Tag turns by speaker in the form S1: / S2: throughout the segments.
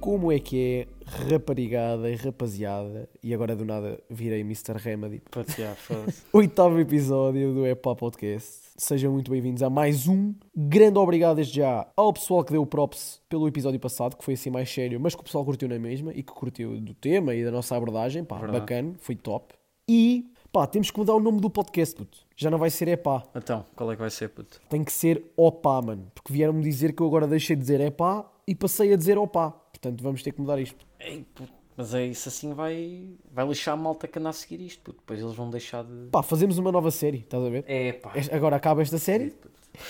S1: Como é que é, raparigada e rapaziada? E agora do nada virei Mr. Remedy.
S2: Putz, já, foda-se.
S1: Oitavo episódio do Epá Podcast. Sejam muito bem-vindos a mais um. Grande obrigado desde já ao pessoal que deu o props pelo episódio passado, que foi assim mais sério, mas que o pessoal curtiu na mesma e que curtiu do tema e da nossa abordagem. Pá,
S2: Verdade.
S1: bacana, foi top. E, pá, temos que mudar o nome do podcast, puto. Já não vai ser Epá,
S2: Então, qual é que vai ser, puto?
S1: tem que ser Opá, mano. Porque vieram-me dizer que eu agora deixei de dizer Epá e passei a dizer Opá. Portanto, vamos ter que mudar isto.
S2: Ei, puto, mas é isso assim vai, vai lixar a malta que anda a seguir isto, puto. Depois eles vão deixar de...
S1: Pá, fazemos uma nova série, estás a ver?
S2: É, pá.
S1: Este- Agora acaba esta série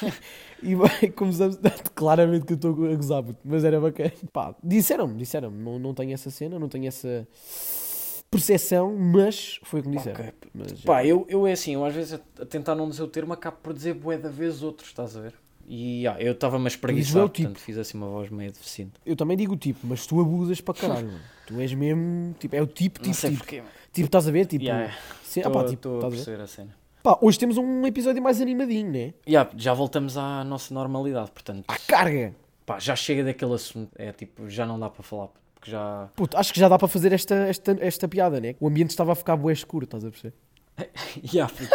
S1: e vai- começamos. Claramente que eu estou a gozar, puto, mas era bacana. Pá, disseram-me, disseram-me. Não, não tenho essa cena, não tenho essa percepção, mas foi o que me disseram.
S2: Ok,
S1: Mas,
S2: Pá, eu, eu é assim, eu às vezes a- a tentar não dizer o termo acabo por dizer bué da vez outros, estás a ver? E ah, eu estava mais
S1: Isso é
S2: espreguiçado,
S1: o tipo.
S2: portanto fiz assim uma voz meio deficiente.
S1: eu também digo o tipo, mas tu abusas para caralho. mano. tu és mesmo. Tipo, é o tipo,
S2: não
S1: tipo,
S2: sei
S1: tipo.
S2: porquê, mas
S1: Tipo, estás a ver? Tipo,
S2: Yeah,
S1: se- ah,
S2: estou
S1: pá,
S2: a-
S1: tipo,
S2: estou a
S1: estás a ver?
S2: perceber a cena.
S1: Pá, hoje temos um episódio mais animadinho, né?
S2: Yeah, já voltamos à nossa normalidade, portanto,
S1: À carga!
S2: pá, já chega daquele assunto, é tipo, já não dá para falar, puto, porque já...
S1: Puto, acho que já dá para fazer esta, esta, esta piada, né? O ambiente estava a ficar bué escuro, estás a perceber?
S2: Yeah, puto.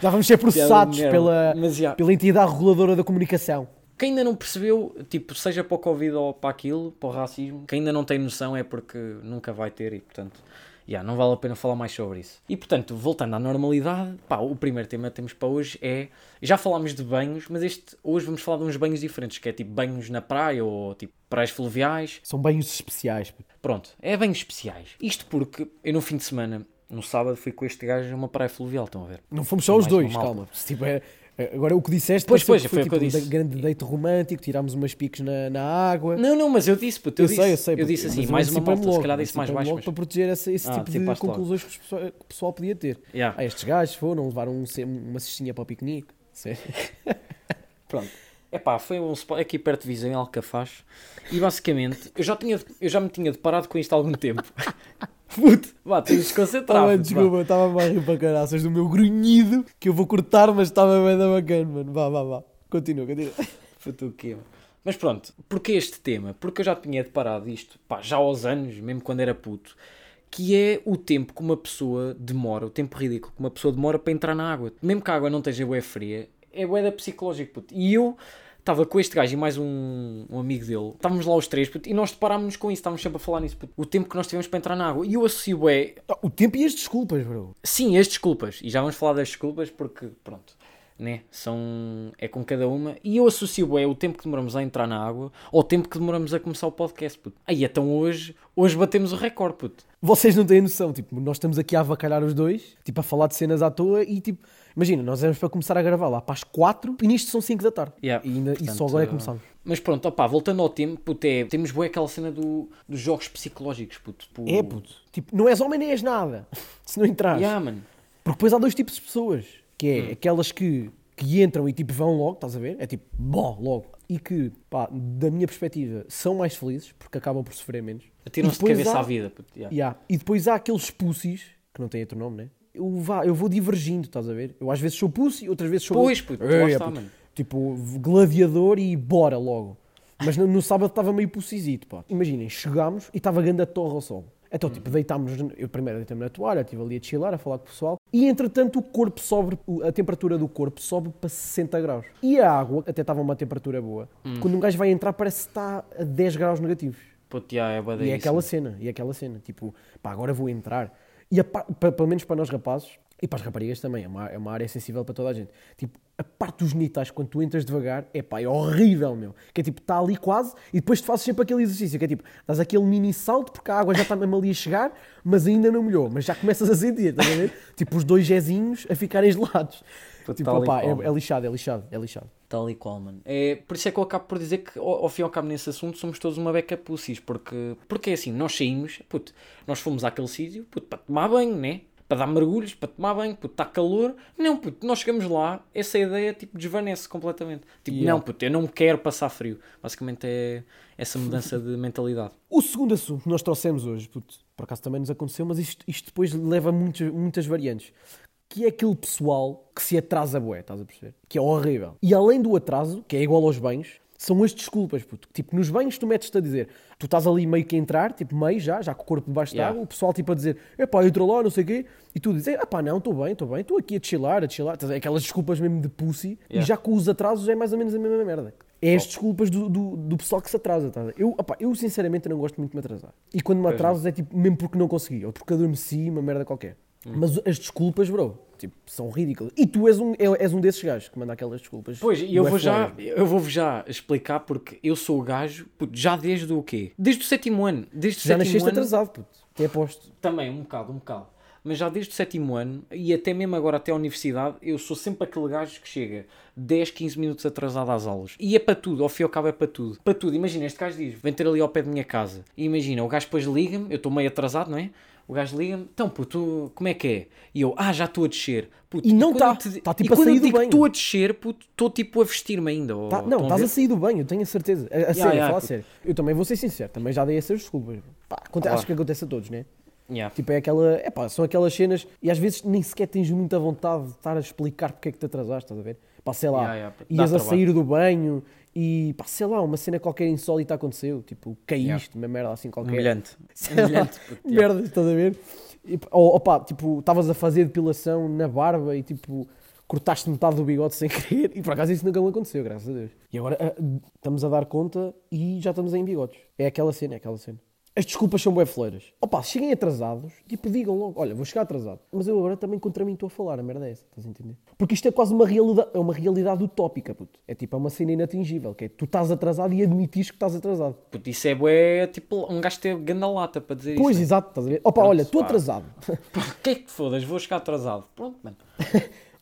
S1: Já vamos ser
S2: Piada de
S1: processados
S2: merda.
S1: pela,
S2: Mas, yeah.
S1: pela entidade reguladora da comunicação.
S2: Quem ainda não percebeu, tipo, seja para o Covid ou para aquilo, para o racismo, quem ainda não tem noção é porque nunca vai ter e, portanto, yeah, não vale a pena falar mais sobre isso. E, portanto, voltando à normalidade, pá, o primeiro tema que temos para hoje é. Já falámos de banhos, mas este hoje vamos falar de uns banhos diferentes, que é tipo banhos na praia ou tipo praias fluviais.
S1: São banhos especiais. puto.
S2: Pronto, é banhos especiais. Isto porque eu no fim de semana, no sábado, fui com este gajo a uma praia fluvial, estão a ver?
S1: Não fomos só os
S2: Mais uma
S1: dois,
S2: malta.
S1: calma. Se, tipo, é- agora o que disseste
S2: Pois,
S1: pareceu
S2: pois,
S1: que
S2: foi o que eu
S1: um
S2: disse.
S1: grande date romântico, tirámos umas picos na, na água.
S2: Não, não, mas eu disse, puto, eu,
S1: eu
S2: disse,
S1: sei, eu sei. puto,
S2: disse assim,
S1: mas eu
S2: mais uma
S1: antecipei-me
S2: malta, se
S1: logo,
S2: calhar disse mais
S1: antecipei-me
S2: baixo,
S1: logo
S2: mas...
S1: para proteger essa- esse
S2: Ah,
S1: tipo de
S2: antecipaste logo.
S1: conclusões que o pessoal- que o pessoal podia ter.
S2: Yeah.
S1: Ah, estes gajos foram, levaram um ce- uma cestinha para o piquenique. Sério.
S2: Pronto. Epá, foi um spot aqui perto de Viseu, em Alcafaz. E basicamente, eu já, tinha, eu já me tinha deparado com isto há algum tempo. Puto, vá, tens de se concentrar.
S1: Tá bem,
S2: puto, vá.
S1: desculpa, estava-me a rir para caraças do meu grunhido que eu vou cortar, mas estava bem da bacana, mano. Vá, vá, vá. Continua, continua.
S2: Puto, o quê? mano? Mas pronto, porquê este tema? Porque eu já tinha deparado isto, pá, já aos anos, mesmo quando era puto, que é o tempo que uma pessoa demora, o tempo ridículo que uma pessoa demora para entrar na água. Mesmo que a água não esteja bué fria, é bué da psicológica, puto. E eu estava com este gajo e mais um, um amigo dele, estávamos lá os três, puto, e nós deparámos-nos com isso, estávamos sempre a falar nisso, puto. O tempo que nós tivemos para entrar na água. E eu associo bué
S1: Ah, O tempo e as desculpas, bro.
S2: Sim, as desculpas. E já vamos falar das desculpas porque, pronto, né? São... É com cada uma. E eu associo é o tempo que demoramos a entrar na água ao tempo que demoramos a começar o podcast, puto. Aí, então hoje, hoje batemos o recorde, puto.
S1: Vocês não têm noção, tipo, nós estamos aqui a avacalhar os dois, tipo, a falar de cenas à toa e tipo, imagina, nós éramos para começar a gravar lá para as 4 e nisto são 5 da tarde.
S2: Yeah,
S1: e, ainda, e
S2: portanto, eh, uh,
S1: só agora é que começámos.
S2: Mas pronto, opá, voltando ao tempo, puto, é, temos bué aquela cena do, dos jogos psicológicos, puto. Tipo,
S1: É, puto. Tipo, não és homem nem és nada, se não entras.
S2: Yeah, Hum. mano.
S1: Porque depois há dois tipos de pessoas, que é aquelas que, que entram e tipo vão logo, estás a ver? É tipo, bom, logo. E que, pá, da minha perspectiva, são mais felizes porque acabam por sofrer menos.
S2: Atiram-se
S1: E
S2: de
S1: depois
S2: cabeça
S1: há-
S2: à vida, puto. yeah.
S1: Yeah. E depois há aqueles pussies, que não tem outro nome, né? Eu, vá, eu vou divergindo, estás a ver? Eu às vezes sou pussy, outras vezes sou.
S2: Pois, puto, lá
S1: É,
S2: está,
S1: puto.
S2: mano.
S1: Tipo, gladiador e bora logo. Mas no, no sábado estava meio pussizito, pá. Imaginem, chegámos e estava grande a torre ao sol. Então,
S2: Hum.
S1: tipo, deitámos. Eu primeiro deitei-me na toalha, estive ali a chilar, a falar com o pessoal. E entretanto, o corpo sobe, o- a temperatura do corpo sobe para 60 graus. E a água até estava a uma temperatura boa.
S2: Hum.
S1: Quando um gajo vai entrar, parece que está a 10 graus negativos.
S2: Puto, yeah, é bué da
S1: E é
S2: isso,
S1: aquela
S2: mano.
S1: cena, e é aquela cena, tipo, pá, agora vou entrar. E a pa- pa- pelo menos para nós rapazes, e para as raparigas também, é uma, é uma área sensível para toda a gente. Tipo, a parte dos genitais, quando tu entras devagar, é pá, é horrível, meu. Que é tipo, está ali quase, e depois tu fazes sempre aquele exercício, que é tipo, dás aquele mini salto, porque a água já está mesmo ali a chegar, mas ainda não molhou, mas já começas a sentir, estás a ver? tipo, os dois gezinhos a ficarem gelados.
S2: Puta,
S1: tipo,
S2: tal e
S1: opá, é,
S2: qual,
S1: é lixado, é lixado, é lixado.
S2: Tal e qual, mano. É, por isso é que eu acabo por dizer que, ao, ao fim e ao cabo, nesse assunto, somos todos uma beca pussies. Porque, porque é assim, nós saímos, puto, nós fomos àquele sítio, puto, para tomar banho, né? Para dar mergulhos, para tomar banho, puto, está calor. Não, puto, nós chegamos lá, essa ideia, tipo, desvanece completamente. Tipo,
S1: Yeah.
S2: não, puto, eu não quero passar frio. Basicamente é essa mudança de mentalidade.
S1: O segundo assunto que nós trouxemos hoje, puto, por acaso também nos aconteceu, mas isto, isto depois leva a muitas, muitas variantes. Que é aquele pessoal que se atrasa bué, estás a perceber? Que é horrível. E além do atraso, que é igual aos banhos, são as desculpas, puto. Tipo, nos banhos tu metes-te a dizer, tu estás ali meio que a entrar, tipo, meio já, já com o corpo debaixo
S2: Yeah.
S1: de água, o pessoal tipo a dizer, epá, entra lá, não sei o quê, e tu dizes, epá, não, estou bem, estou bem, estou aqui a chilar, a chilar, Estás a ver? aquelas desculpas mesmo de pussy, e
S2: Yeah.
S1: já com os atrasos é mais ou menos a mesma merda. É as desculpas do, do, do pessoal que se atrasa, estás a ver? Eu, epá, eu sinceramente não gosto muito de me atrasar. E quando me atraso é tipo, mesmo porque não consegui, ou porque adormeci, uma merda qualquer.
S2: Hum.
S1: Mas as desculpas, bro, tipo, são ridículas. E tu és um, és um desses gajos que manda aquelas desculpas.
S2: Pois, e eu
S1: bué
S2: vou, já,
S1: fora.
S2: eu vou já explicar porque eu sou o gajo, puto, já desde o quê? Desde o sétimo ano. Desde o
S1: Já
S2: sétimo
S1: nasceste
S2: ano,
S1: atrasado, puto. Até aposto.
S2: Também, um bocado, um bocado. Mas já desde o sétimo ano e até mesmo agora até à universidade, eu sou sempre aquele gajo que chega 10, 15 minutos atrasado às aulas. E é para tudo, ao fim e ao cabo é para tudo. Para tudo. Imagina, este gajo diz, vem ter ali ao pé da minha casa. E imagina, o gajo depois liga-me, eu estou meio atrasado, não é? O gajo liga-me, então puto, como é que é? E eu, ah, já estou a descer. Puto,
S1: E não
S2: quando
S1: tá.
S2: eu te-
S1: Tá, tipo,
S2: e
S1: a
S2: quando eu
S1: sair do
S2: digo
S1: banho.
S2: Estou a descer, puto, estou tipo a vestir-me ainda. ou-
S1: Tá-
S2: estão
S1: não,
S2: a
S1: estás
S2: ver?
S1: a sair do banho, eu tenho a certeza. A, a sério,
S2: yeah,
S1: fala a
S2: puto.
S1: sério. Eu também vou ser sincero, também já dei essas desculpas. Pá, aconte-
S2: Claro.
S1: Acho que acontece a todos, né?
S2: Yeah.
S1: Tipo, é aquela. É pá, são aquelas cenas e às vezes nem sequer tens muita vontade de estar a explicar porque é que te atrasaste, estás a ver? Pá, sei lá,
S2: Yeah, yeah, dá
S1: ias a
S2: trabalho.
S1: sair do banho e pá, sei lá, uma cena qualquer insólita aconteceu, tipo, caíste, uma merda assim qualquer.
S2: Humilhante.
S1: Sei lá,
S2: Humilhante, puto, yeah.
S1: merda, estás a ver? E, pá, Ou, ou pá, tipo, estavas a fazer depilação na barba e tipo, cortaste metade do bigode sem querer e por acaso isso nunca me aconteceu, graças a Deus. E agora ah, estamos a dar conta e já estamos em bigodes. É aquela cena, é aquela cena. As desculpas são bué fleiras. Opa, se cheguem atrasados, tipo, digam logo, olha, vou chegar atrasado. Mas eu agora também contra mim estou a falar, a merda é essa, estás a entender? Porque isto é quase uma realidade, é uma realidade utópica, puto. É tipo, é uma cena inatingível, que é tu estás atrasado e admitires que estás atrasado.
S2: Puto, isso é bué, tipo, um gajo ter ganda lata para dizer
S1: Pois,
S2: isso.
S1: exato, estás a ver? Opa,
S2: é. Pronto,
S1: olha, estou
S2: pá.
S1: atrasado.
S2: Pois, que é que te fodas, vou chegar atrasado. Pronto, mano.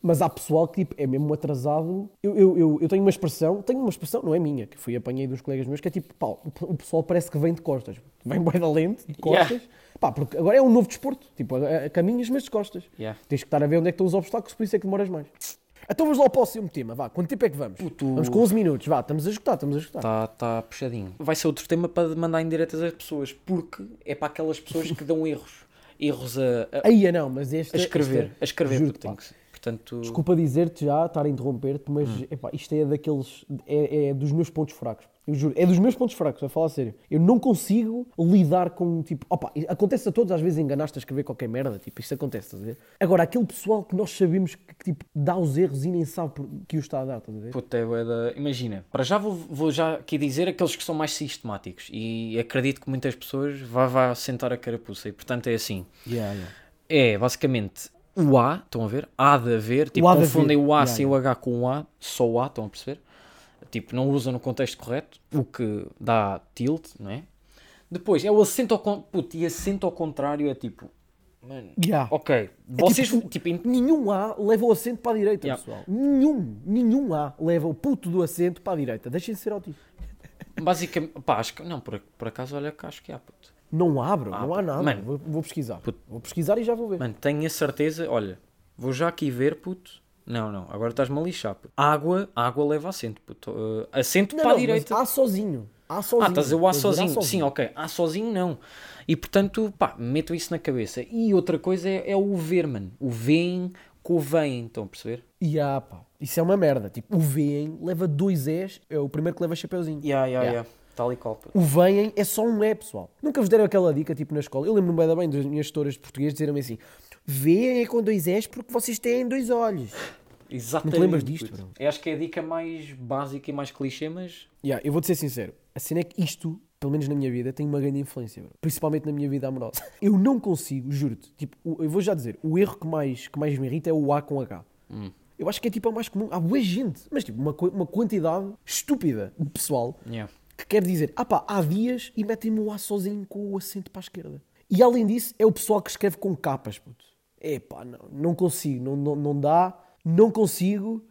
S1: Mas há pessoal que tipo, é mesmo atrasado. Eu, eu, eu, eu tenho uma expressão, tenho uma expressão, não é minha, que fui apanhei dos colegas meus, que é tipo, pá, o pe- o pessoal parece que vem de costas. Vem bem da lente, de costas.
S2: Yeah.
S1: Pá, porque agora é um novo desporto. Tipo, a- a- caminhas, mas de costas.
S2: Yeah.
S1: Tens que estar a ver onde é que estão os obstáculos, por isso é que demoras mais. Então vamos lá ao próximo tema, vá. Quanto tempo é que vamos?
S2: Puto.
S1: Vamos com 11 minutos, vá. Estamos a escutar, estamos a escutar.
S2: Está tá puxadinho. Vai ser outro tema para mandar indiretas às pessoas, porque é para aquelas pessoas que dão erros. Erros a, a-
S1: Aí é não, mas este.
S2: a escrever.
S1: este-
S2: A escrever,
S1: juro-te,
S2: porque tem
S1: pá.
S2: que ser. Portanto,
S1: Desculpa dizer-te já, estar a interromper-te, mas
S2: Hum.
S1: epá, isto é daqueles. É, é dos meus pontos fracos. Eu juro, é dos meus pontos fracos, a falar a sério. Eu não consigo lidar com tipo. Opa, acontece a todos, às vezes enganaste a escrever qualquer merda, tipo, isto acontece, estás a ver? Agora, aquele pessoal que nós sabemos que, que, tipo, dá os erros e nem sabe por- que os está a dar, estás a ver?
S2: puta, é bué da- imagina. Para já vou, vou já aqui dizer aqueles que são mais sistemáticos. E acredito que muitas pessoas vá, vá sentar a carapuça. E portanto é assim. É, basicamente, o A, estão a ver? Há de haver, tipo,
S1: O há de
S2: confundem
S1: haver,
S2: o A
S1: yeah,
S2: sem o H com o A, só o A, estão a perceber? Tipo, não usam no contexto correto, o que dá tilt, não é? Depois, é o acento ao, con- puto, e acento ao contrário é tipo, mano,
S1: Yeah.
S2: ok, Oh, vocês,
S1: Ah. tipo-
S2: tipo, in-
S1: Nenhum A leva o acento para a direita,
S2: Yeah.
S1: pessoal. Nenhum, nenhum A leva o puto do acento para a direita. Deixem de ser autistas.
S2: basicamente, pá, acho que, não, por, por acaso, olha que acho que há, puto.
S1: Não há, bro, não há nada.
S2: Ah, mano.
S1: vou, vou pesquisar. Vou pesquisar e já vou ver.
S2: Mano, tenho a certeza, olha, vou já aqui ver, puto. Não, não, agora estás-me a lixar, puto. Água, água leva acento, puto. Uh, acento
S1: Não,
S2: para
S1: não,
S2: a direita.
S1: Mas há sozinho. Há sozinho.
S2: Ah, estás a dizer o A
S1: Estás a dizer
S2: sozinho. Sim, ok. A sozinho não. E portanto, pá, meto isso na cabeça. E outra coisa é, é o ver, mano. O vem com o vem, estão a perceber?
S1: E há, pá. Isso é uma merda. Tipo, o vêm leva dois Es, é o primeiro que leva chapeuzinho.
S2: Ya, ya, ya. Tal e qual. puto.
S1: O vêm é só um E, pessoal. Nunca vos deram aquela dica, tipo, na escola. Eu lembro-me bem da bem das minhas gestoras de português dizerem-me assim: vêm é com dois Es porque vocês têm dois olhos.
S2: Exatamente.
S1: lembras disto,
S2: puto.
S1: bro?
S2: Eu acho que é a dica mais básica e mais clichê, mas.
S1: Ya, eu vou-te ser sincero. A cena é que isto, pelo menos na minha vida, tem uma grande influência, bro. principalmente na minha vida amorosa. Eu não consigo, juro-te. Tipo, o- eu vou já dizer, o erro que mais, que mais me irrita é o A com H. Eu acho que é tipo a mais comum. Há boa gente, mas tipo, uma, co- uma quantidade estúpida de pessoal
S2: Ya.
S1: que quer dizer, ah pá, há dias e metem-me o A sozinho com o acento para a esquerda. E além disso, é o pessoal que escreve com capas, puto. É pá, não, não consigo, não, não, não dá, não consigo,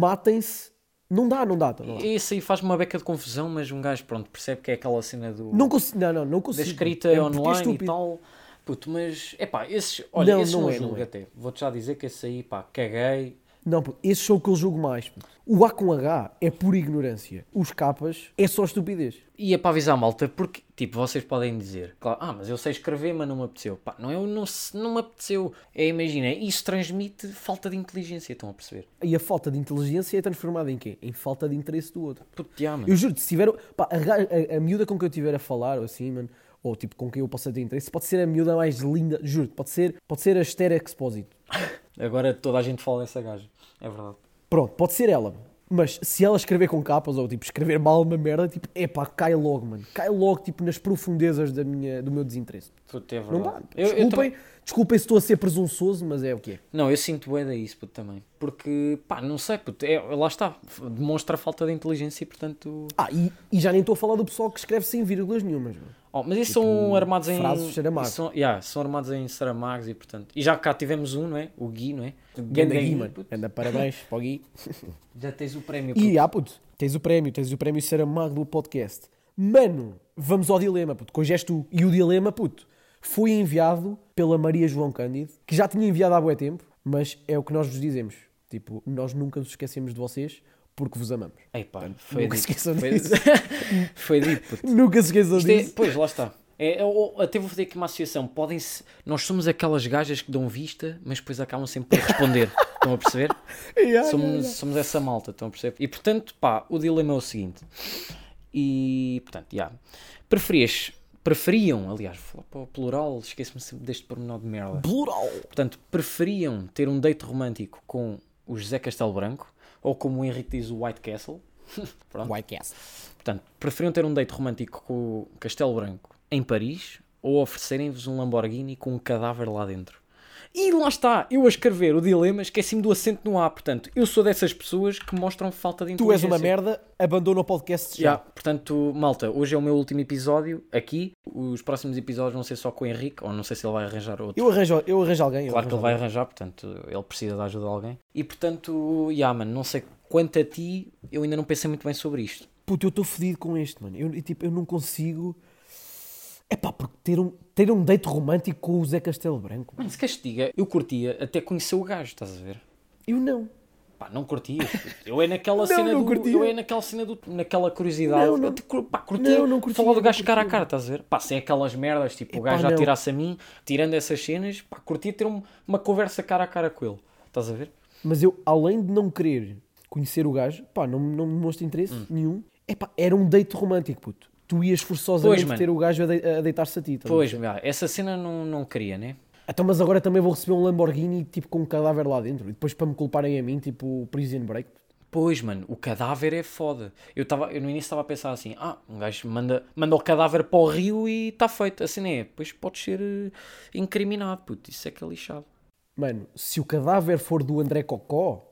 S1: matem-se. Não dá, não dá, tá, não dá.
S2: Esse aí faz-me uma beca de confusão, mas um gajo, pronto, percebe que é aquela cena do.
S1: Não consigo, não, não, não
S2: da
S1: consigo.
S2: escrita
S1: É um português
S2: online e
S1: estúpido.
S2: tal. Puto, mas, epá, esses, olha,
S1: Não,
S2: esses
S1: não
S2: não,
S1: é, não
S2: julgo
S1: é.
S2: até. Vou-te já dizer que esse aí, pá, caguei.
S1: Não, pô, esses são o que eu julgo mais. pô. O A com H é por ignorância. Os capas é só estupidez.
S2: E é para avisar a malta, porque, tipo, vocês podem dizer, claro, ah, mas eu sei escrever, mas não me apeteceu. Pá, não, eu não, se- não me apeteceu. É, imagina, isso transmite falta de inteligência, estão a perceber?
S1: E a falta de inteligência é transformada em quê? Em falta de interesse do outro.
S2: Puto, já, mano.
S1: Eu juro, se tiver. Pá, a, ra- a- a miúda com quem eu estiver a falar, ou assim, mano, ou tipo com quem eu possa ter interesse, pode ser a miúda mais linda, juro, pode ser, pode ser a Esther Exposito.
S2: Agora toda a gente fala dessa gaja. É verdade.
S1: Pronto, pode ser ela. Mas se ela escrever com capas ou tipo escrever mal uma merda, tipo, epá, cai logo, mano. Cai logo, tipo, nas profundezas da minha, do meu desinteresse.
S2: Puto, é
S1: Não
S2: verdade.
S1: dá.
S2: Eu- eu
S1: Desculpem,
S2: também-
S1: desculpem se estou a ser presunçoso, mas é o que é.
S2: Não, eu sinto bué da isso, puto, também. Porque, pá, não sei, puto, é, lá está. F- Demonstra falta de inteligência e, portanto...
S1: Ah, e, e já nem estou a falar do pessoal que escreve sem vírgulas nenhumas, mano.
S2: Oh, mas isso são armados em...
S1: Tipo, frases de Saramago.
S2: isso São, yeah, são armados em saramagos e, portanto... E já cá tivemos um, não é? O Gui, não é?
S1: Ganda Gui,
S2: Gui,
S1: mano.
S2: puto.
S1: Anda parabéns para o Gui.
S2: Já tens o prémio, puto.
S1: E ah, puto, tens o prémio, tens o prémio Saramago do podcast. Mano, vamos ao dilema, puto, que hoje és tu. E o dilema, puto, foi enviado pela Maria João Cândido, que já tinha enviado há bué tempo, mas é o que nós vos dizemos. Tipo, nós nunca nos esquecemos de vocês porque vos amamos.
S2: Ei, pá, foi
S1: nunca se
S2: dito.
S1: esqueçam
S2: Foi,
S1: disso.
S2: foi dito, puto.
S1: Nunca se esqueçam
S2: Isto é-
S1: disso.
S2: pois, lá está. É, é- ou- até vou fazer aqui uma associação. Podem se- Nós somos aquelas gajas que dão vista, mas depois acabam sempre por responder. Estão a perceber?
S1: Yeah, yeah,
S2: somos, somos essa malta, estão a perceber? E portanto, pá, o dilema é o seguinte. E portanto, já. Preferias, preferiam, aliás, vou falar para o plural, esqueço-me sempre deste pormenor de merda.
S1: Plural.
S2: Portanto, preferiam ter um date romântico com o José Castelo Branco ou como o Henrique diz, o White Castle. Pronto.
S1: White Castle.
S2: Portanto, preferiam ter um date romântico com o Castelo Branco em Paris ou oferecerem-vos um Lamborghini com um cadáver lá dentro? E lá está, eu a escrever o dilema, esqueci-me do acento no A. Portanto, eu sou dessas pessoas que mostram falta de
S1: Tu
S2: inteligência.
S1: és uma merda, abandona o podcast já.
S2: Yeah, Portanto, malta, hoje é o meu último episódio aqui. Os próximos episódios vão ser só com o Henrique, ou não sei se ele vai arranjar outro.
S1: Eu arranjo, eu arranjo alguém. eu
S2: Claro que ele
S1: arranjo
S2: vai arranjar, portanto, ele precisa da ajuda de alguém. E portanto, yeah, mano, não sei quanto a ti, eu ainda não pensei muito bem sobre isto.
S1: Puto, eu estou fedido com este, mano. Eu, eu, tipo, eu não consigo. É pá, porque ter um, ter um date romântico com o Zé Castelo Branco. mano.
S2: Mano, se queres que te diga, eu curtia até conhecer o gajo, estás a ver?
S1: Eu não.
S2: Pá, não curtias. puto. Eu é naquela cena
S1: não
S2: do.
S1: curtia.
S2: Eu é naquela cena do. Naquela curiosidade.
S1: Não, não.
S2: Eu te cur- pá, curtia
S1: Não, não curtia,
S2: falar do
S1: não
S2: gajo cara a cara, estás a ver? Pá, sem aquelas merdas, tipo, o
S1: Epá,
S2: gajo
S1: não.
S2: já tirasse a mim, tirando essas cenas, pá, curtia ter um- uma conversa cara a cara com ele. Estás a ver?
S1: Mas eu, além de não querer conhecer o gajo, pá, não, não me mostra interesse
S2: Hum.
S1: nenhum. É pá, era um date romântico, puto. Tu ias forçosamente
S2: Pois, mano.
S1: ter o gajo a, dei- a deitar-se a ti. tá
S2: Pois, já, essa cena não, não queria, né?
S1: Então, mas agora também vou receber um Lamborghini, tipo, com um cadáver lá dentro. E depois para me culparem a mim, tipo, prison break.
S2: Pois, mano, o cadáver é foda. Eu, tava, eu no início estava a pensar assim: ah, um gajo manda, manda o cadáver para o rio e está feito. Assim é, depois podes ser eh, incriminado, puto. Isso é que é lixado.
S1: Mano, se o cadáver for do André Cocó,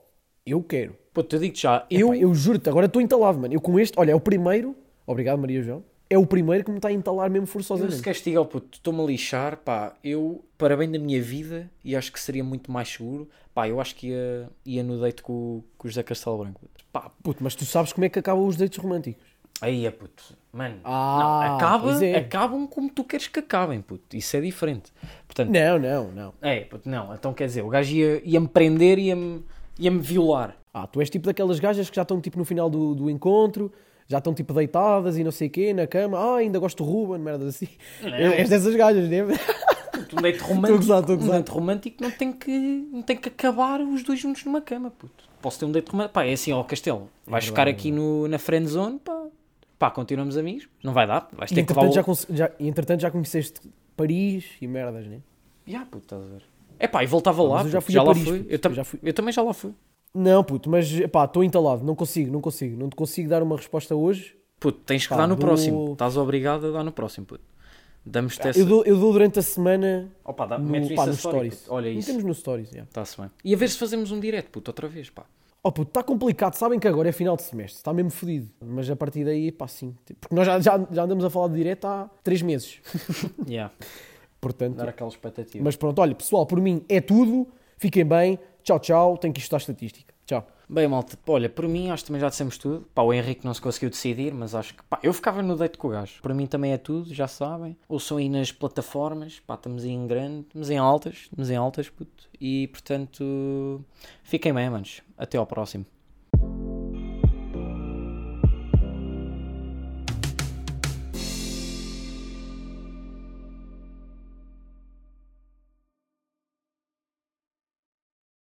S1: eu quero.
S2: Puto, eu digo-te já,
S1: Eu,
S2: eu,
S1: eu juro-te, agora estou entalado, mano. Eu com este, olha, é o primeiro. Obrigado, Maria João. É o primeiro que me está a entalar mesmo
S2: eu
S1: forçosamente.
S2: se castigar o puto, estou-me a lixar, pá, eu, para bem da minha vida, e acho que seria muito mais seguro, pá, eu acho que ia, ia no date com, o- com o José Castelo Branco. Pá,
S1: Puto, mas tu sabes como é que acabam os dates românticos.
S2: aí é puto, mano,
S1: Ah,
S2: não, acaba,
S1: pois é.
S2: acabam como tu queres que acabem, puto, isso é diferente. Portanto,
S1: Não, não, não.
S2: é, puto, não, então quer dizer, o gajo ia- ia-me prender e ia-me ia -me violar.
S1: Ah, tu és tipo daquelas gajas que já estão tipo no final do, do encontro, já estão tipo deitadas e não sei o quê, na cama. Ah, ainda gosto do Ruben, merda assim. És dessas gajas, né?
S2: Puto, Um date
S1: Estou a
S2: romântico,
S1: gozar, estou a
S2: um
S1: gozar.
S2: date romântico não, tem que, não tem que acabar os dois juntos numa cama, puto. Posso ter um date romântico. Pá, é assim, ó Castelo, vais ficar
S1: é
S2: aqui no, na friend zone, pá. Pá, continuamos amigos. Não vai dar, vais
S1: E
S2: ter que levar
S1: entretanto
S2: o...
S1: já,
S2: Já...
S1: conce- já- e entretanto já conheceste Paris e merdas, né?
S2: puto, estás a ver. É pá, e voltava lá,
S1: mas eu já
S2: puto,
S1: fui
S2: já
S1: a
S2: lá
S1: Paris,
S2: fui.
S1: puto,
S2: Eu, tam-
S1: eu já fui.
S2: eu também já lá fui.
S1: Não, puto, mas pá, estou entalado. Não consigo, não consigo. Não te consigo dar uma resposta hoje.
S2: Puto, tens que
S1: Pá,
S2: dar no
S1: dou-
S2: próximo. Estás obrigado a dar no próximo, puto. Damos-te essa...
S1: Ah, Eu dou, eu dou durante a semana
S2: Opa, dá...
S1: no,
S2: Ah, metes
S1: pá,
S2: isso a
S1: nos
S2: story,
S1: stories.
S2: puto. Olha isso.
S1: Metemos nos stories, yeah.
S2: Está-se bem. E a ver se fazemos um direto, puto, outra vez, pá.
S1: Oh puto, está complicado, sabem que agora é final de semestre, está mesmo fodido. Mas a partir daí, pá, sim. Tipo, Porque nós já, já, já andamos a falar de direto há três meses.
S2: Yeah.
S1: Portanto,
S2: Dar aquela expectativa.
S1: mas pronto, olha, pessoal, por mim é tudo. Fiquem bem. Tchau, tchau. Tenho que estudar estatística. Tchau.
S2: Bem, malta, pá, olha, por mim acho que também já dissemos tudo. Pá, o Henrique não se conseguiu decidir, mas acho que pá, eu ficava no date com o gajo. Para mim também é tudo, já sabem. Ouçam aí nas plataformas, pá, estamos aí em grande, estamos em altas, estamos em altas, puto. E portanto, fiquem bem, manos. Até ao próximo.